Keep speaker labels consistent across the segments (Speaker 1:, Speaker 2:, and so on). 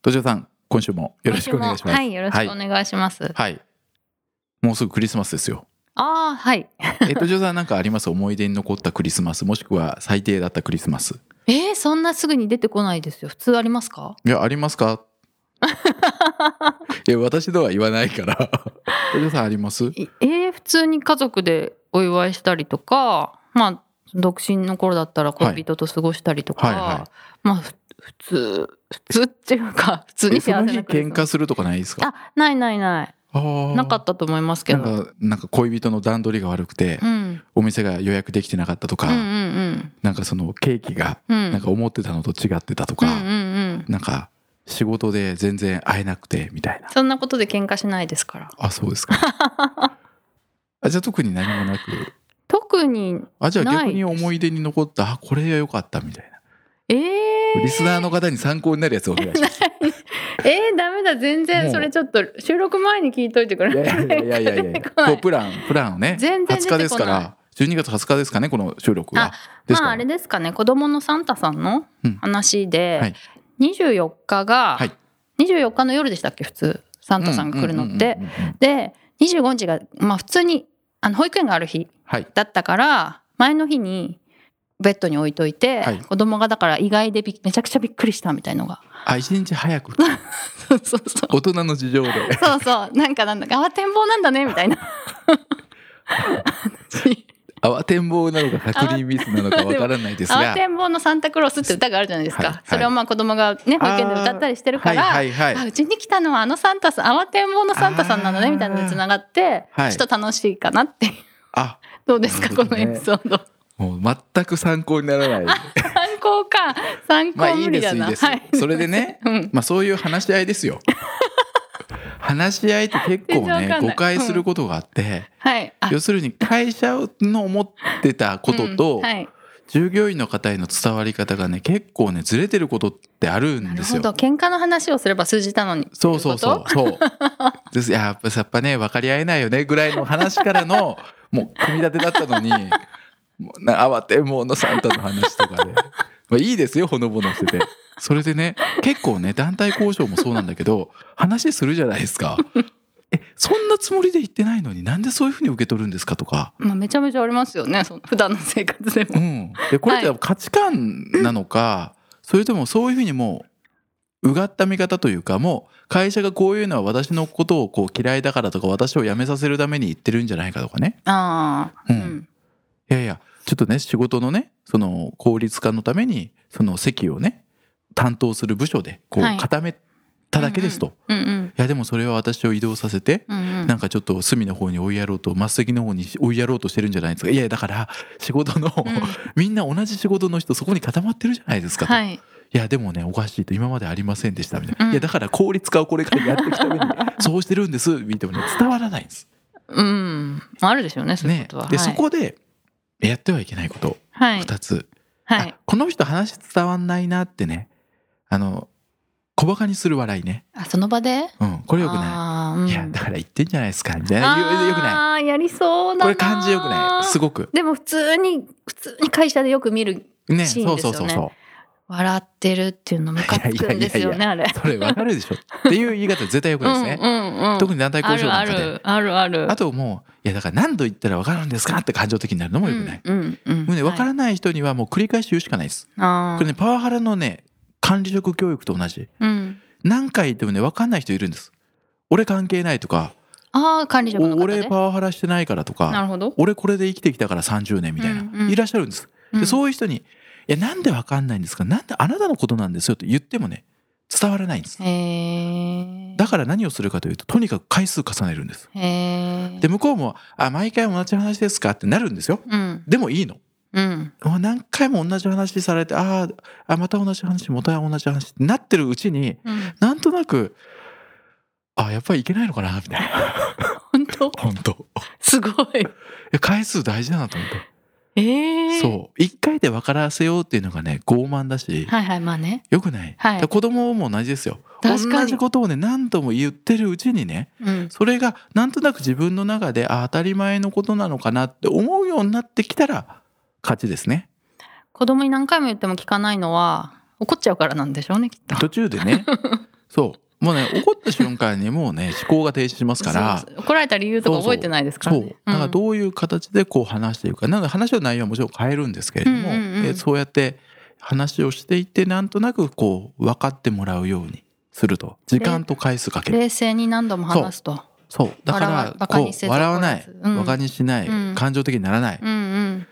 Speaker 1: 土壌さん今週もよろしくお願いします
Speaker 2: はいよろしくお願いします、
Speaker 1: はい、もうすぐクリスマスですよ
Speaker 2: ああはい
Speaker 1: え 土壌さんなんかあります思い出に残ったクリスマスもしくは最低だったクリスマス
Speaker 2: えー、そんなすぐに出てこないですよ普通ありますか
Speaker 1: いやあります かいや私とは言わないから土壌さんあります
Speaker 2: いえー、普通に家族でお祝いしたりとかまあ独身の頃だったら恋人と過ごしたりとか、
Speaker 1: はいはいはい
Speaker 2: まあふ普通普通っていうか普通
Speaker 1: え
Speaker 2: に
Speaker 1: その
Speaker 2: 幸せ
Speaker 1: 日
Speaker 2: なクリス
Speaker 1: 喧
Speaker 2: マス
Speaker 1: 嘩するとかないですか
Speaker 2: あないないない
Speaker 1: あー
Speaker 2: なかったと思いますけ
Speaker 1: なん
Speaker 2: ど
Speaker 1: かなんか恋人の段取りが悪くて、
Speaker 2: うん
Speaker 1: お店が予約できてなかったとか、
Speaker 2: うんうん
Speaker 1: なんかそのケーキが
Speaker 2: うんうん
Speaker 1: なんか思ってたのと違ってたと
Speaker 2: うん
Speaker 1: か、
Speaker 2: うんうん
Speaker 1: なんか仕事で全然会えなくてみたいな
Speaker 2: そんなことで喧嘩しないですから
Speaker 1: あそうですか あじゃあ特に何もなく
Speaker 2: 特に
Speaker 1: あじゃあ
Speaker 2: な
Speaker 1: 逆
Speaker 2: い
Speaker 1: に思い出に残ったあこれは良かったみたいな、
Speaker 2: えー、
Speaker 1: リスナーの方に参考になるやつお願いします
Speaker 2: えー、ダメだ全
Speaker 1: も
Speaker 2: 然
Speaker 1: う
Speaker 2: それちょっと収録前に聞いと いてく
Speaker 1: い
Speaker 2: れ
Speaker 1: やいやいやいやいやいや
Speaker 2: 出てこない
Speaker 1: こうプランプランをね
Speaker 2: 全然出
Speaker 1: 20
Speaker 2: てこ
Speaker 1: 日
Speaker 2: ない
Speaker 1: ですから12月20日ですかねこの収録は
Speaker 2: あ
Speaker 1: です
Speaker 2: ま
Speaker 1: か
Speaker 2: あ
Speaker 1: ら
Speaker 2: あれですかね子供のサンタさんの
Speaker 1: うん
Speaker 2: 話で、
Speaker 1: はい
Speaker 2: 24日が、
Speaker 1: はい
Speaker 2: 24日の夜でしたっけ普通サンタさんが来るのって、
Speaker 1: うんうんうんうんうん
Speaker 2: で25日が、まあ、普通にあの保育園がある日
Speaker 1: はい
Speaker 2: だったから前の日にベッドに置いといて、
Speaker 1: はい
Speaker 2: 子供がだから意外でびっめちゃくちゃびっくりしたみた いのが
Speaker 1: あ一日早く
Speaker 2: そうそうそう
Speaker 1: 大人の事 情で
Speaker 2: そうそうなんかなんだか慌てんぼうなんだね みたいな話
Speaker 1: 慌てんぼうなのか確認ミスなのかわからないです
Speaker 2: 慌
Speaker 1: が
Speaker 2: てんぼうのサンタクロースって歌があるじゃないですか、
Speaker 1: はい
Speaker 2: それをまあ子供がね保育園で歌ったりしてるから、
Speaker 1: はいはいは
Speaker 2: あ
Speaker 1: いう
Speaker 2: ちに来たのはあのサンタさん慌てんぼうのサンタさんなの
Speaker 1: あ
Speaker 2: ね
Speaker 1: ー
Speaker 2: みたいなのにつながって、
Speaker 1: はい
Speaker 2: ちょっと楽しいかなって
Speaker 1: あ
Speaker 2: どうです
Speaker 1: な
Speaker 2: か、
Speaker 1: るほ
Speaker 2: この
Speaker 1: どね
Speaker 2: エピソード
Speaker 1: もう全く参考にならない
Speaker 2: 参考か参
Speaker 1: まあ
Speaker 2: 考
Speaker 1: いい
Speaker 2: 無理
Speaker 1: で
Speaker 2: だ
Speaker 1: すいい
Speaker 2: な、
Speaker 1: です、それで ね、
Speaker 2: うん
Speaker 1: まあそういう話し合いです よ話し合いって結
Speaker 2: 全
Speaker 1: 構
Speaker 2: 然わか
Speaker 1: ね
Speaker 2: んない
Speaker 1: 誤解することがあって、
Speaker 2: はいあ
Speaker 1: 要するに会社の思ってたことと、
Speaker 2: うんはい、
Speaker 1: 従業員の方への伝わり方がね結構ねずれてることってあるん
Speaker 2: な
Speaker 1: で
Speaker 2: る
Speaker 1: す
Speaker 2: ほ
Speaker 1: よ
Speaker 2: ど喧嘩の話をすれば通じたのに
Speaker 1: そうそうそうそう。ですやっぱやっぱね分かり合えないよねぐらいの話からのもう組み立てだったのにもうな慌てんぼうのサンタの話とかで、まあ、いいですよほのぼのしててそれでね結構ね団体交渉もそうなんだけど話するじゃないですか。えそんなつもりで言ってないのになんでそういうふうに受け取るんですかとか。
Speaker 2: まあ、めちゃめちゃありますよねその普段の生活で
Speaker 1: う
Speaker 2: も
Speaker 1: ん、でこれってやっぱ価値観なのか、 それともそういうふうにもううがった見方というかもう会社がこういうのは私のことをこう嫌いだからとか私を辞めさせるために言ってるんじゃないかとかね、
Speaker 2: ああ
Speaker 1: うんいやいやちょっとね仕事のねその効率化のためにその席をね担当する部署でこ
Speaker 2: はいう
Speaker 1: 固めただけですと、い
Speaker 2: うんうん
Speaker 1: やでもそれは私を移動させて
Speaker 2: うんうん
Speaker 1: なんかちょっと隅の方に追いやろうと末席の方に追いやろうとしてるんじゃないですかいやいやだから仕事の、
Speaker 2: うん
Speaker 1: みんな同じ仕事の人そこに固まってるじゃないですかと、、
Speaker 2: はいい
Speaker 1: やでもねおかしいと今までありませんでしたみたいな、
Speaker 2: うん
Speaker 1: いやだから効率化をこれからやっていくた めにそうしてるんですみたいなね伝わらないんです。
Speaker 2: うんあるでしょうねそういう
Speaker 1: ね
Speaker 2: ことは、
Speaker 1: で、
Speaker 2: はい
Speaker 1: そこでやってはいけないこと
Speaker 2: はい
Speaker 1: 2つ、
Speaker 2: はい
Speaker 1: あこの人話伝わんないなってねあの小バカにする笑いね、
Speaker 2: あその場で
Speaker 1: うん、これよくな
Speaker 2: あー
Speaker 1: い、
Speaker 2: うん
Speaker 1: いやだから言ってんじゃないですかみたいなよよくない
Speaker 2: あーやりそうだな
Speaker 1: これ感じよくないすごく
Speaker 2: でも普通に普通に会社でよく見る
Speaker 1: ね
Speaker 2: シー
Speaker 1: そ
Speaker 2: ン
Speaker 1: う
Speaker 2: です
Speaker 1: そ
Speaker 2: よ
Speaker 1: う
Speaker 2: ね
Speaker 1: そうそう
Speaker 2: 笑ってるっていうのムカつくんですよね
Speaker 1: いや
Speaker 2: あれ
Speaker 1: それわかるでしょっていう言い方絶対よくないですね、
Speaker 2: うんうんうん、
Speaker 1: 特に団体交渉なんかで
Speaker 2: あるあるあるある
Speaker 1: あともういやだから何度言ったら分かるんですかって感情的になるのもよくない、
Speaker 2: うんうん
Speaker 1: もうね分か
Speaker 2: はい
Speaker 1: らない人にはもう繰り返し言うしかないです、
Speaker 2: あ
Speaker 1: こ
Speaker 2: ー
Speaker 1: れねパワハラのね管理職教育と同じ
Speaker 2: うん、
Speaker 1: 何回言ってもね分かんない人いるんです俺関係ないとか
Speaker 2: あー管理職の
Speaker 1: お
Speaker 2: 方で
Speaker 1: 俺パワハラしてないからと
Speaker 2: な
Speaker 1: か
Speaker 2: るほど、
Speaker 1: 俺これで生きてきたから30年みたいな、
Speaker 2: うんうん
Speaker 1: いらっしゃるんです、
Speaker 2: うん
Speaker 1: でそういう人に「いやなんで分かんないんですかなんであなたのことなんですよ」と言ってもね伝わらないんです
Speaker 2: へえ
Speaker 1: だから何をするかというととにかく回数重ねるんです
Speaker 2: へえ
Speaker 1: で向こうも「あ毎回同じ話ですか?」ってなるんですよ
Speaker 2: うん
Speaker 1: でもいいの
Speaker 2: うん。
Speaker 1: もう何回も同じ話されてあーあまた同じ話また同じ話ってなってるうちに
Speaker 2: うん
Speaker 1: なんとなくあやっぱりいけないのかなみたいな
Speaker 2: 本当
Speaker 1: 本当い
Speaker 2: すごい。
Speaker 1: や回数大事だなと思って、
Speaker 2: ええ
Speaker 1: そう一回で分からせようっていうのがね傲慢だし、
Speaker 2: はいはい、まあね。
Speaker 1: よくない、
Speaker 2: は
Speaker 1: だか
Speaker 2: い
Speaker 1: ら子供も同じですよ同
Speaker 2: 確かに
Speaker 1: じことをね何度も言ってるうちにね
Speaker 2: うん。
Speaker 1: それがなんとなく自分の中であ当たり前のことなのかなって思うようになってきたら勝ちですね
Speaker 2: 子供に何回も言っても聞かないのは、怒っちゃうからなんでしょうね、きっと。
Speaker 1: 途中で ねそうもうね怒った瞬間にもうね思考が停止しますから
Speaker 2: そう怒られた理由とか
Speaker 1: そうそう
Speaker 2: 覚えてないですか
Speaker 1: そ
Speaker 2: ら
Speaker 1: う
Speaker 2: ね。
Speaker 1: だから
Speaker 2: う
Speaker 1: どういう形でこう話していくかなんか話の内容はもちろん変えるんですけれども、
Speaker 2: うんうんうん
Speaker 1: えそうやって話をしていってなんとなくこう分かってもらうようにすると時間と回数かけ
Speaker 2: ん
Speaker 1: る
Speaker 2: 冷静に何度も話すと。
Speaker 1: そうだか
Speaker 2: 笑わ
Speaker 1: ら
Speaker 2: バカ
Speaker 1: こ
Speaker 2: にせ
Speaker 1: う
Speaker 2: ず
Speaker 1: 笑わない
Speaker 2: 怒らずうん
Speaker 1: バカにしない、
Speaker 2: うん
Speaker 1: 感情的にならない、
Speaker 2: うんうん。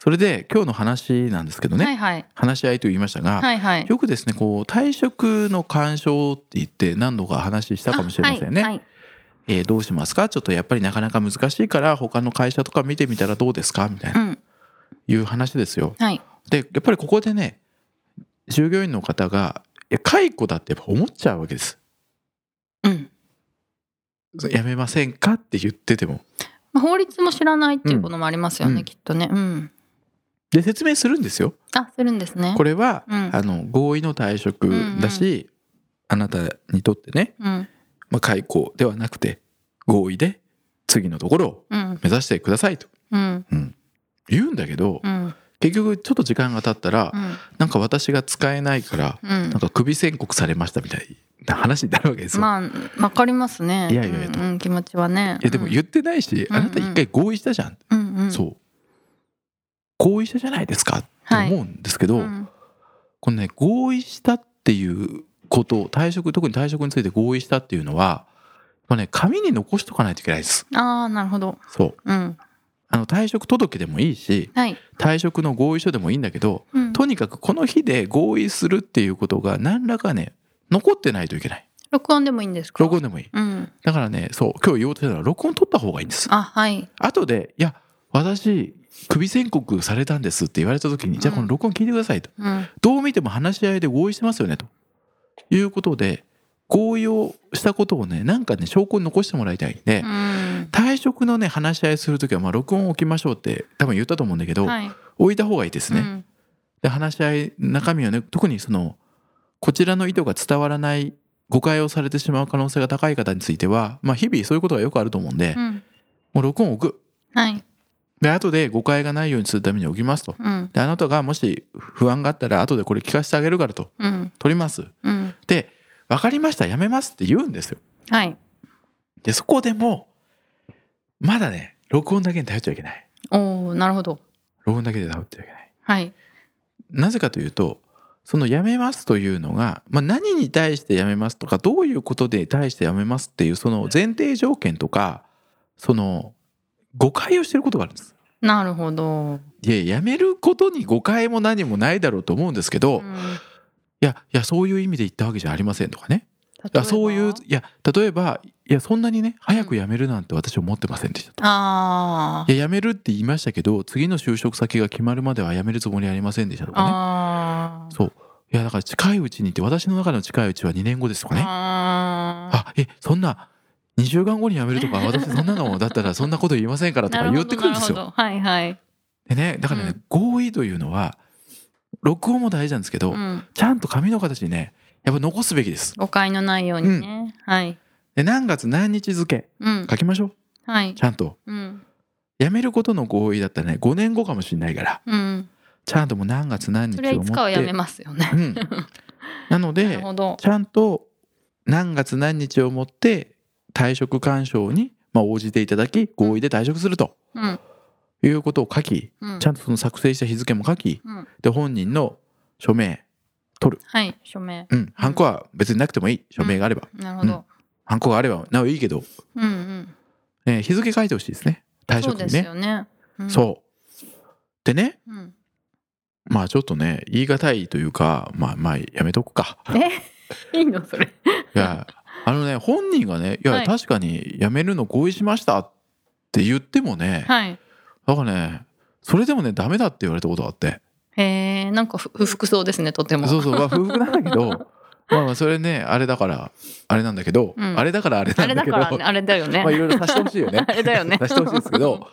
Speaker 1: それで今日の話なんですけどね、
Speaker 2: はいはい。
Speaker 1: 話し合いと言いましたが、
Speaker 2: はいはい。
Speaker 1: よくですねこう退職の干渉って言って何度か話したかもしれませんね、
Speaker 2: あはい
Speaker 1: えーどうしますかちょっとやっぱりなかなか難しいから他の会社とか見てみたらどうですかみたい
Speaker 2: は
Speaker 1: ない
Speaker 2: うん。
Speaker 1: いう話ですよ
Speaker 2: はい。
Speaker 1: でやっぱりここでね従業員の方がいや解雇だってやっぱ思っちゃうわけです
Speaker 2: うん。
Speaker 1: やめませんかって言ってても
Speaker 2: まあ法律も知らないっていうこともありますよね、
Speaker 1: うん
Speaker 2: きっとね。うん。
Speaker 1: で説明するんですよ
Speaker 2: あ、するんですね。
Speaker 1: これは、
Speaker 2: うん
Speaker 1: あの合意の退職だし、あなたにとってね、
Speaker 2: うん。
Speaker 1: まあ、解雇ではなくて合意で次のところを
Speaker 2: うん。
Speaker 1: 目指してくださいと
Speaker 2: うん。
Speaker 1: 言うんだけど、
Speaker 2: うん。
Speaker 1: 結局ちょっと時間が経ったら、
Speaker 2: うん。
Speaker 1: なんか私が使えないから、
Speaker 2: うん
Speaker 1: なんか首宣告されましたみたいな話になるわけですよ。
Speaker 2: まあ、わかりますね。
Speaker 1: いやいやいや
Speaker 2: うんうん、気持ちはね。
Speaker 1: いやでも言ってないし、
Speaker 2: うん
Speaker 1: あなた一回合意したじゃん、
Speaker 2: うんうん。
Speaker 1: そう合意したじゃないですかって
Speaker 2: はい
Speaker 1: 思うんですけど、
Speaker 2: うん。
Speaker 1: このね合意したっていうこと退職特に退職について合意したっていうのはやっぱね紙に残しとかないといけないです。
Speaker 2: ああ、なるほど。
Speaker 1: そう
Speaker 2: うん。
Speaker 1: あの退職届でもいいし
Speaker 2: はい。
Speaker 1: 退職の合意書でもいいんだけど
Speaker 2: うん
Speaker 1: とにかくこの日で合意するっていうことが何らかね残ってないといけない
Speaker 2: 録音でもいいんですか
Speaker 1: 録音でもいい
Speaker 2: うん。
Speaker 1: だからねそう今日言おうとしたのは録音取った方がいいんです
Speaker 2: あ、はい。
Speaker 1: 後で「いや私首宣告されたんです」って言われた時に「じゃあこの録音聞いてください」と
Speaker 2: うん。
Speaker 1: 「どう見ても話し合いで合意してますよね」ということで合意をしたことをねなんかね証拠に残してもらいたいんで
Speaker 2: うん。
Speaker 1: 退職のね話し合いする時はまあ録音を置きましょうって多分言ったと思うんだけど
Speaker 2: はい。
Speaker 1: 置いた方がいいですね。
Speaker 2: うん
Speaker 1: で話し合い中身をね特にそのこちらの意図が伝わらない誤解をされてしまう可能性が高い方については、まあ、日々そういうことがよくあると思うんで、
Speaker 2: うん。
Speaker 1: もう録音を置く
Speaker 2: はい。
Speaker 1: で後で誤解がないようにするために置きますと
Speaker 2: うん。
Speaker 1: であなたがもし不安があったら後でこれ聞かせてあげるからと
Speaker 2: うん。
Speaker 1: 取ります
Speaker 2: うん。
Speaker 1: で分かりましたやめますって言うんですよ
Speaker 2: はい。
Speaker 1: でそこでもまだね録音だけに頼っちゃいけない
Speaker 2: おお、なるほど。
Speaker 1: 録音だけで頼っちゃいけない
Speaker 2: はい。
Speaker 1: なぜかというとその「やめます」というのが、まあ、何に対してやめますとかどういうことで対してやめますっていうその前提条件とかその誤解をしてることがあるんです。
Speaker 2: なるほど。
Speaker 1: いややめることに誤解も何もないだろうと思うんですけど、
Speaker 2: う
Speaker 1: い
Speaker 2: ん
Speaker 1: やいやそういう意味で言ったわけじゃありませんとかねいやそうい。
Speaker 2: 例え
Speaker 1: う
Speaker 2: ば
Speaker 1: いや例えばいやそんなにね早く辞めるなんて私思ってませんでしたと、
Speaker 2: あー
Speaker 1: いや辞めるって言いましたけど次の就職先が決まるまでは辞めるつもりありませんでしたとかね
Speaker 2: あー。
Speaker 1: そう。いや、だから近いうちにって、私の中の近いうちは2年後ですとかね。
Speaker 2: あー
Speaker 1: あ、え、そんな、2週間後に辞めるとか、私そんなのだったらそんなこと言いませんからとか
Speaker 2: なるほ
Speaker 1: 言っ
Speaker 2: ど
Speaker 1: てくるんです
Speaker 2: な
Speaker 1: よ。
Speaker 2: ほどはいはい。
Speaker 1: でね、だからね、合意というのは、録音も大事なんですけど、
Speaker 2: うん。
Speaker 1: ちゃんと紙の形にね、やっぱ残すべきです。
Speaker 2: 誤解のないようにね。はい。
Speaker 1: で、何月何日付、
Speaker 2: うん。
Speaker 1: 書きましょう。
Speaker 2: はい
Speaker 1: ち。ゃんと。
Speaker 2: うん。
Speaker 1: 辞めることの合意だったらね、5年後かもしれないから、
Speaker 2: うん。ち
Speaker 1: ちゃんともう何月何日
Speaker 2: そ
Speaker 1: を
Speaker 2: れは
Speaker 1: 持っ
Speaker 2: い
Speaker 1: て。
Speaker 2: つかはやめますよね
Speaker 1: う。ん。なの
Speaker 2: な
Speaker 1: で
Speaker 2: る、ほど。
Speaker 1: ちゃんと何月何日をもって退職勧奨にまあ応じていただき合意で退職すると
Speaker 2: うん。
Speaker 1: いうことを書き
Speaker 2: うん
Speaker 1: ち。ゃんとその作成した日付も書き
Speaker 2: うん。
Speaker 1: で本人の署名
Speaker 2: はい。署名。
Speaker 1: うんハンコは別になくてもいい署名があれば
Speaker 2: なるほど。
Speaker 1: ハンコがあればなおいいけど、
Speaker 2: うんうん。
Speaker 1: ね、日付書いてほしいですね退
Speaker 2: そう
Speaker 1: 職
Speaker 2: で
Speaker 1: に
Speaker 2: す
Speaker 1: ね
Speaker 2: よね。うん
Speaker 1: そうでね
Speaker 2: うん。
Speaker 1: まあちょっとね言い難いというかまあまあやめとくか
Speaker 2: え、いいのそれ。
Speaker 1: い やあのね本人がね「い
Speaker 2: は
Speaker 1: や
Speaker 2: い
Speaker 1: 確かに辞めるの合意しました」って言ってもね、
Speaker 2: はい。
Speaker 1: だからね、それでもねダメだって言われたことがあって
Speaker 2: へえなんかふ不服そうですねとても
Speaker 1: そうそうまあ不服なんだけ どまあまあそれねあれだからあれなんだけど、
Speaker 2: うん
Speaker 1: あれだからあれな
Speaker 2: あ
Speaker 1: ん
Speaker 2: れ
Speaker 1: だ
Speaker 2: だ
Speaker 1: け
Speaker 2: か
Speaker 1: ど
Speaker 2: らねあれだよね、
Speaker 1: まあいろいろ足してほしいよね
Speaker 2: あれだよね
Speaker 1: 足してほしいですけど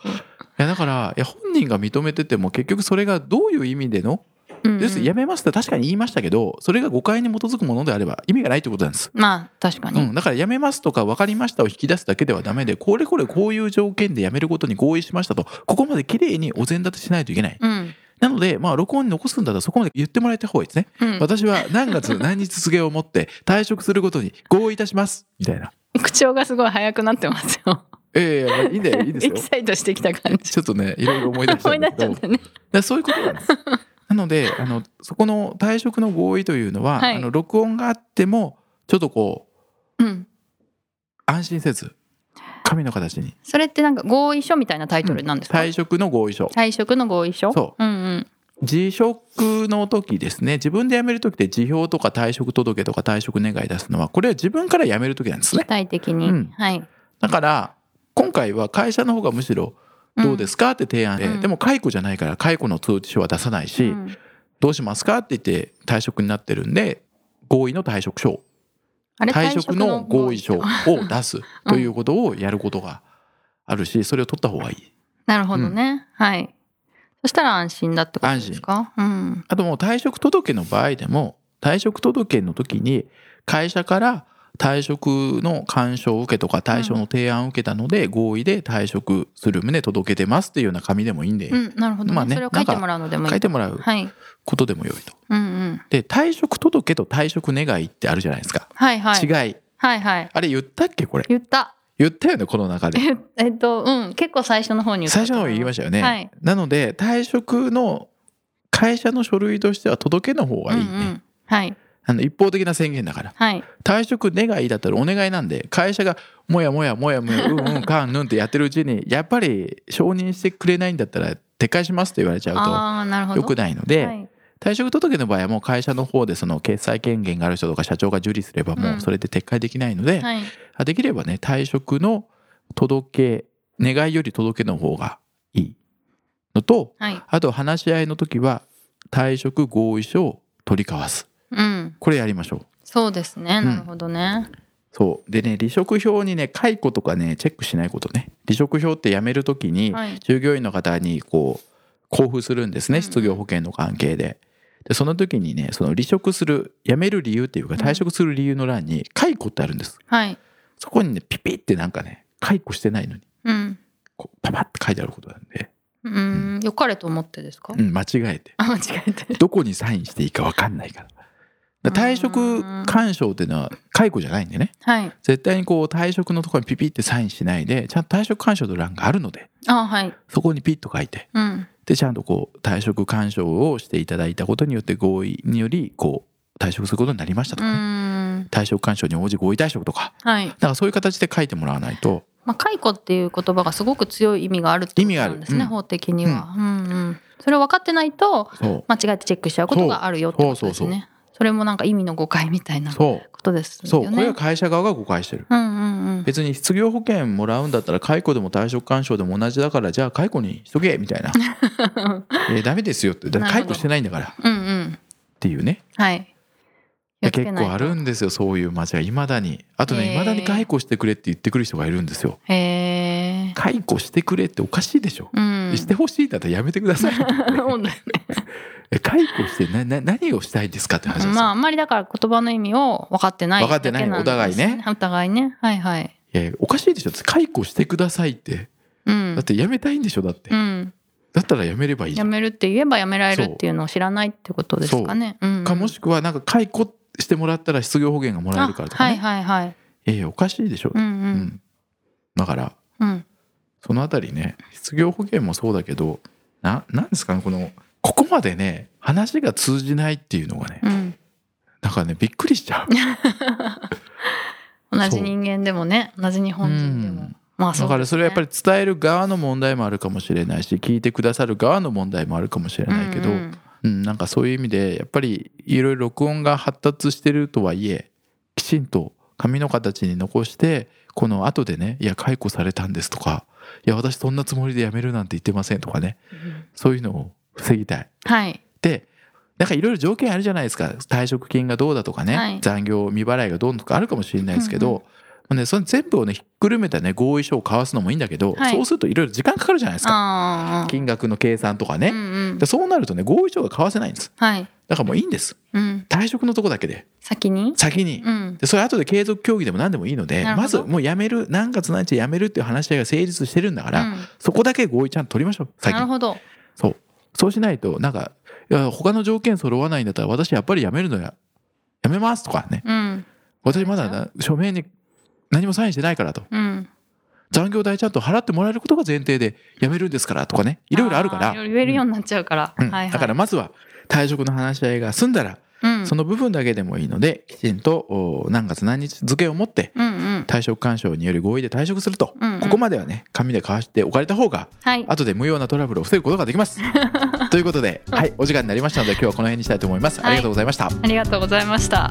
Speaker 1: いやだからいや本人が認めてても結局それがどういう意味での
Speaker 2: うんうん
Speaker 1: ですやめますって確かに言いましたけどそれが誤解に基づくものであれば意味がないということなんです、
Speaker 2: まあ確か
Speaker 1: う
Speaker 2: に、
Speaker 1: ん、だからやめますとか分かりましたを引き出すだけではダメでこれこれこういう条件でやめることに合意しましたとここまで綺麗にお膳立てしないといけない
Speaker 2: うん
Speaker 1: なのでまあ録音に残すんだったらそこまで言ってもらえた方がいいですね
Speaker 2: うん
Speaker 1: 私は何月何日告げをもって退職することに合意いたしますみたいな
Speaker 2: 口調がすごい速くなってますよ
Speaker 1: ええまあいいんだよいいです
Speaker 2: エ
Speaker 1: よ
Speaker 2: キサイトしてきた感じ
Speaker 1: ちょっとねいろいろ思い出した
Speaker 2: 思い
Speaker 1: ん
Speaker 2: 出
Speaker 1: だ
Speaker 2: しち
Speaker 1: け
Speaker 2: ゃ
Speaker 1: ど
Speaker 2: ったね
Speaker 1: だからそういうことなんです。なのであのそこの退職の合意というのは、
Speaker 2: はい
Speaker 1: あの録音があってもちょっとこう
Speaker 2: うん
Speaker 1: 安心せず紙の形に
Speaker 2: それってなんか合意書みたいなタイトルなんですか、
Speaker 1: 退職の合意書
Speaker 2: 退職の合意書、
Speaker 1: そう
Speaker 2: んうん、
Speaker 1: 辞職の時ですね自分で辞める時って辞表とか退職届とか退職願い出すのはこれは自分から辞める時なんです
Speaker 2: 具
Speaker 1: ね
Speaker 2: 体的に、
Speaker 1: うん
Speaker 2: はい
Speaker 1: だから今回は会社の方がむしろどうですすかって提案で、
Speaker 2: うん
Speaker 1: でも解雇じゃないから解雇の通知書は出さないし、どうしますかって言って退職になってるんで合意の退職書を
Speaker 2: あれ
Speaker 1: 退職の合意書を出す
Speaker 2: うん
Speaker 1: ということをやることがあるし、それを取った方がいい。
Speaker 2: なるほどね、はいそしたら安心だってことですかうん
Speaker 1: あともう退職届の場合でも、退職届の時に会社から退職の勧奨を受けとか対象の提案を受けたので合意で退職する旨届けてますっていうような紙でもいいんで、
Speaker 2: うんなるほどね,、
Speaker 1: まあね
Speaker 2: それを書いてもらうのでもいい
Speaker 1: 書いてもらう
Speaker 2: はい、
Speaker 1: ことでもよいと。
Speaker 2: うんうん、
Speaker 1: で、退職届と退職願いってあるじゃないですか。
Speaker 2: はいはい
Speaker 1: 違い。
Speaker 2: はいはい
Speaker 1: あれ言ったっけこれ。
Speaker 2: 言った
Speaker 1: 言ったよねこの中で。
Speaker 2: えっえっとうん結構最初の方に言った
Speaker 1: 最初の方に言いましたよね、
Speaker 2: はい
Speaker 1: なので退職の会社の書類としては届けの方がいいね、
Speaker 2: うんうん、はい
Speaker 1: あの一方的な宣言だから
Speaker 2: はい
Speaker 1: 退職願いだったらお願いなんで会社がもやもやもやもやうんうんかんぬんってやってるうちにやっぱり承認してくれないんだったら撤回しますと言われちゃ
Speaker 2: ああーなるほ
Speaker 1: う
Speaker 2: ど
Speaker 1: とよくないので、
Speaker 2: はい
Speaker 1: 退職届の場合はもう会社の方でその決裁権限がある人とか社長が受理すればもうそれで撤回できないので、
Speaker 2: はい
Speaker 1: あできればね退職の届け願いより届けの方がいいのと
Speaker 2: はい
Speaker 1: あと話し合いの時は退職合意書を取り交わす
Speaker 2: うん
Speaker 1: これやりましょう
Speaker 2: そうですね
Speaker 1: ん
Speaker 2: なるほどね、
Speaker 1: そうでね離職票にね解雇とかねチェックしないことね離職票って辞める時に
Speaker 2: はい
Speaker 1: 従業員の方にこう交付するんです
Speaker 2: う
Speaker 1: ね
Speaker 2: ん
Speaker 1: 失業保険の関係で。でその時にねその離職する辞める理由っていうか
Speaker 2: うん
Speaker 1: 退職する理由の欄に解雇ってあるんです
Speaker 2: はい
Speaker 1: そこにねピピってなんかね解雇してないのに
Speaker 2: うん
Speaker 1: こうパパって書いてあることなんで、
Speaker 2: うん良かれと思ってですか、
Speaker 1: うん、間違えて
Speaker 2: あ間違えてる
Speaker 1: どこにサインしていいか分かんないから。だから退職勧奨っていうのは解雇じゃないんでね
Speaker 2: はい
Speaker 1: 絶対にこう退職のところにピピってサインしないでちゃんと退職勧奨の欄があるので
Speaker 2: あはい
Speaker 1: そこにピッと書いて
Speaker 2: うん
Speaker 1: でちゃんとこう退職勧奨をしていただいたことによって合意によりこう退職することになりましたと
Speaker 2: う
Speaker 1: か、ね
Speaker 2: ん
Speaker 1: 退職勧奨に応じ合意退職とか
Speaker 2: はい
Speaker 1: だからそういう形で書いてもらわないと
Speaker 2: まあ、解雇っていう言葉がすごく強い意味があるってことなんです
Speaker 1: 意味があ
Speaker 2: ね、
Speaker 1: るうん
Speaker 2: 法的には、うんうんそれを分かってないと
Speaker 1: そ
Speaker 2: 間違えてチェックしちゃうことがあるよってことですね
Speaker 1: そ
Speaker 2: そう
Speaker 1: そうそう
Speaker 2: れもなんか意味の誤解みたいうなこ
Speaker 1: そう
Speaker 2: とですよね
Speaker 1: そうこれは会社側が誤解してる。
Speaker 2: うんうんうん
Speaker 1: 別に失業保険もらうんだったら解雇でも退職勧奨でも同じだからじゃあ解雇にしとけみ たいなえーダメですよってだって
Speaker 2: なる
Speaker 1: 解
Speaker 2: ほど
Speaker 1: 雇してないんだからっ
Speaker 2: うんうん
Speaker 1: ていうね
Speaker 2: はい
Speaker 1: いや結構ある
Speaker 2: だ
Speaker 1: んですよそういう間違いいまだにあとね
Speaker 2: へー
Speaker 1: いまだに解雇してくれって言ってくる人がいるんですよ
Speaker 2: へえ
Speaker 1: 解雇してくれっておかしいでしょ、
Speaker 2: うん
Speaker 1: してほしいんだったらやめてく ださい
Speaker 2: そうだよ
Speaker 1: え解雇してなな何をしたいんですかって話なん
Speaker 2: ね
Speaker 1: です
Speaker 2: まあ
Speaker 1: よ
Speaker 2: あんまりだから言葉の意味を分かってない
Speaker 1: 分かってない
Speaker 2: だけんです
Speaker 1: お互いね
Speaker 2: お互いねはいはい
Speaker 1: えーおかしいでしょ解雇してくださいって
Speaker 2: うん
Speaker 1: だってやめたいんでしょだって、
Speaker 2: うん、
Speaker 1: だったらやめればいいじ
Speaker 2: や
Speaker 1: ゃん
Speaker 2: めるって言えばやめられるっていうのを知らないってことですかね。うんうん
Speaker 1: かもしくはなんか解雇してもらったら失業保険がもらえるからとかね、
Speaker 2: あはいはいはい。
Speaker 1: いやいやおかしいでしょ、
Speaker 2: うん
Speaker 1: う
Speaker 2: うん
Speaker 1: んだから
Speaker 2: うん。
Speaker 1: そのあたりね失業保険もそうだけどななんですかねこのここまでね話が通じないっていうのがね
Speaker 2: うん。
Speaker 1: なんかねびっくりしちゃう
Speaker 2: 同じ人間でもね、同じ日本人でも。
Speaker 1: うん
Speaker 2: まあそ
Speaker 1: だ
Speaker 2: う
Speaker 1: か
Speaker 2: ですね、
Speaker 1: らそれはやっぱり伝える側の問題もあるかもしれないし聞いてくださる側の問題もあるかもしれないけど、う
Speaker 2: うんんうん
Speaker 1: なんかそういう意味でやっぱりいろいろ録音が発達してるとはいえきちんと紙の形に残してこの後でね「いや解雇されたんです」とかいや私そんなつもりで辞めるなんて言ってませんとかねそういうのを防ぎたい
Speaker 2: はい。
Speaker 1: でなんかいろいろ条件あるじゃないですか退職金がどうだとかね、
Speaker 2: はい
Speaker 1: 残業未払いがどうとかあるかもしれないですけど、
Speaker 2: うん
Speaker 1: もうね、その全部をねひっくるめたね合意書を交わすのもいいんだけど、
Speaker 2: はい
Speaker 1: そうするといろいろ時間かかるじゃないですか
Speaker 2: ああ。
Speaker 1: 金額の計算とか
Speaker 2: う
Speaker 1: ね、
Speaker 2: んうん
Speaker 1: で。そうなるとね合意書が交わせないんです
Speaker 2: はい。
Speaker 1: だからもういいんです
Speaker 2: うん。
Speaker 1: 退職のとこだけで
Speaker 2: 先に。
Speaker 1: 先に、
Speaker 2: うん。
Speaker 1: でそれ後で継続協議でも何でもいいので
Speaker 2: なるほど
Speaker 1: まずもう辞める何月何日で辞めるっていう話し合いが成立してるんだから、
Speaker 2: うん
Speaker 1: そこだけ合意ちゃんと取りましょう先
Speaker 2: なる
Speaker 1: に
Speaker 2: ほど。
Speaker 1: そうそうしないとなんかいや他の条件揃わないんだったら私やっぱり辞めるのややめますとかね
Speaker 2: うん。
Speaker 1: 私まだな署名に何もサインしてないからと
Speaker 2: うん。
Speaker 1: 残業代ちゃんと払ってもらえることが前提で辞めるんですからとかねいろいろあるか
Speaker 2: ー
Speaker 1: ら
Speaker 2: いろいろ言えるようになっちゃうから。
Speaker 1: うん
Speaker 2: はいはい。
Speaker 1: だからまずは退職の話し合いが済んだら、
Speaker 2: うん。
Speaker 1: その部分だけでもいいのできちんとお何月何日付を持って
Speaker 2: うんうん。
Speaker 1: 退職勧奨による合意で退職すると、
Speaker 2: うんうん
Speaker 1: ここまではね紙で交わしておかれた方が
Speaker 2: はい。
Speaker 1: 後で無用なトラブルを防ぐことができます ということで、はい、お時間になりましたので今日はこの辺にしたいと思います、
Speaker 2: は
Speaker 1: あ
Speaker 2: い
Speaker 1: りがとうございました
Speaker 2: ありがとうございました。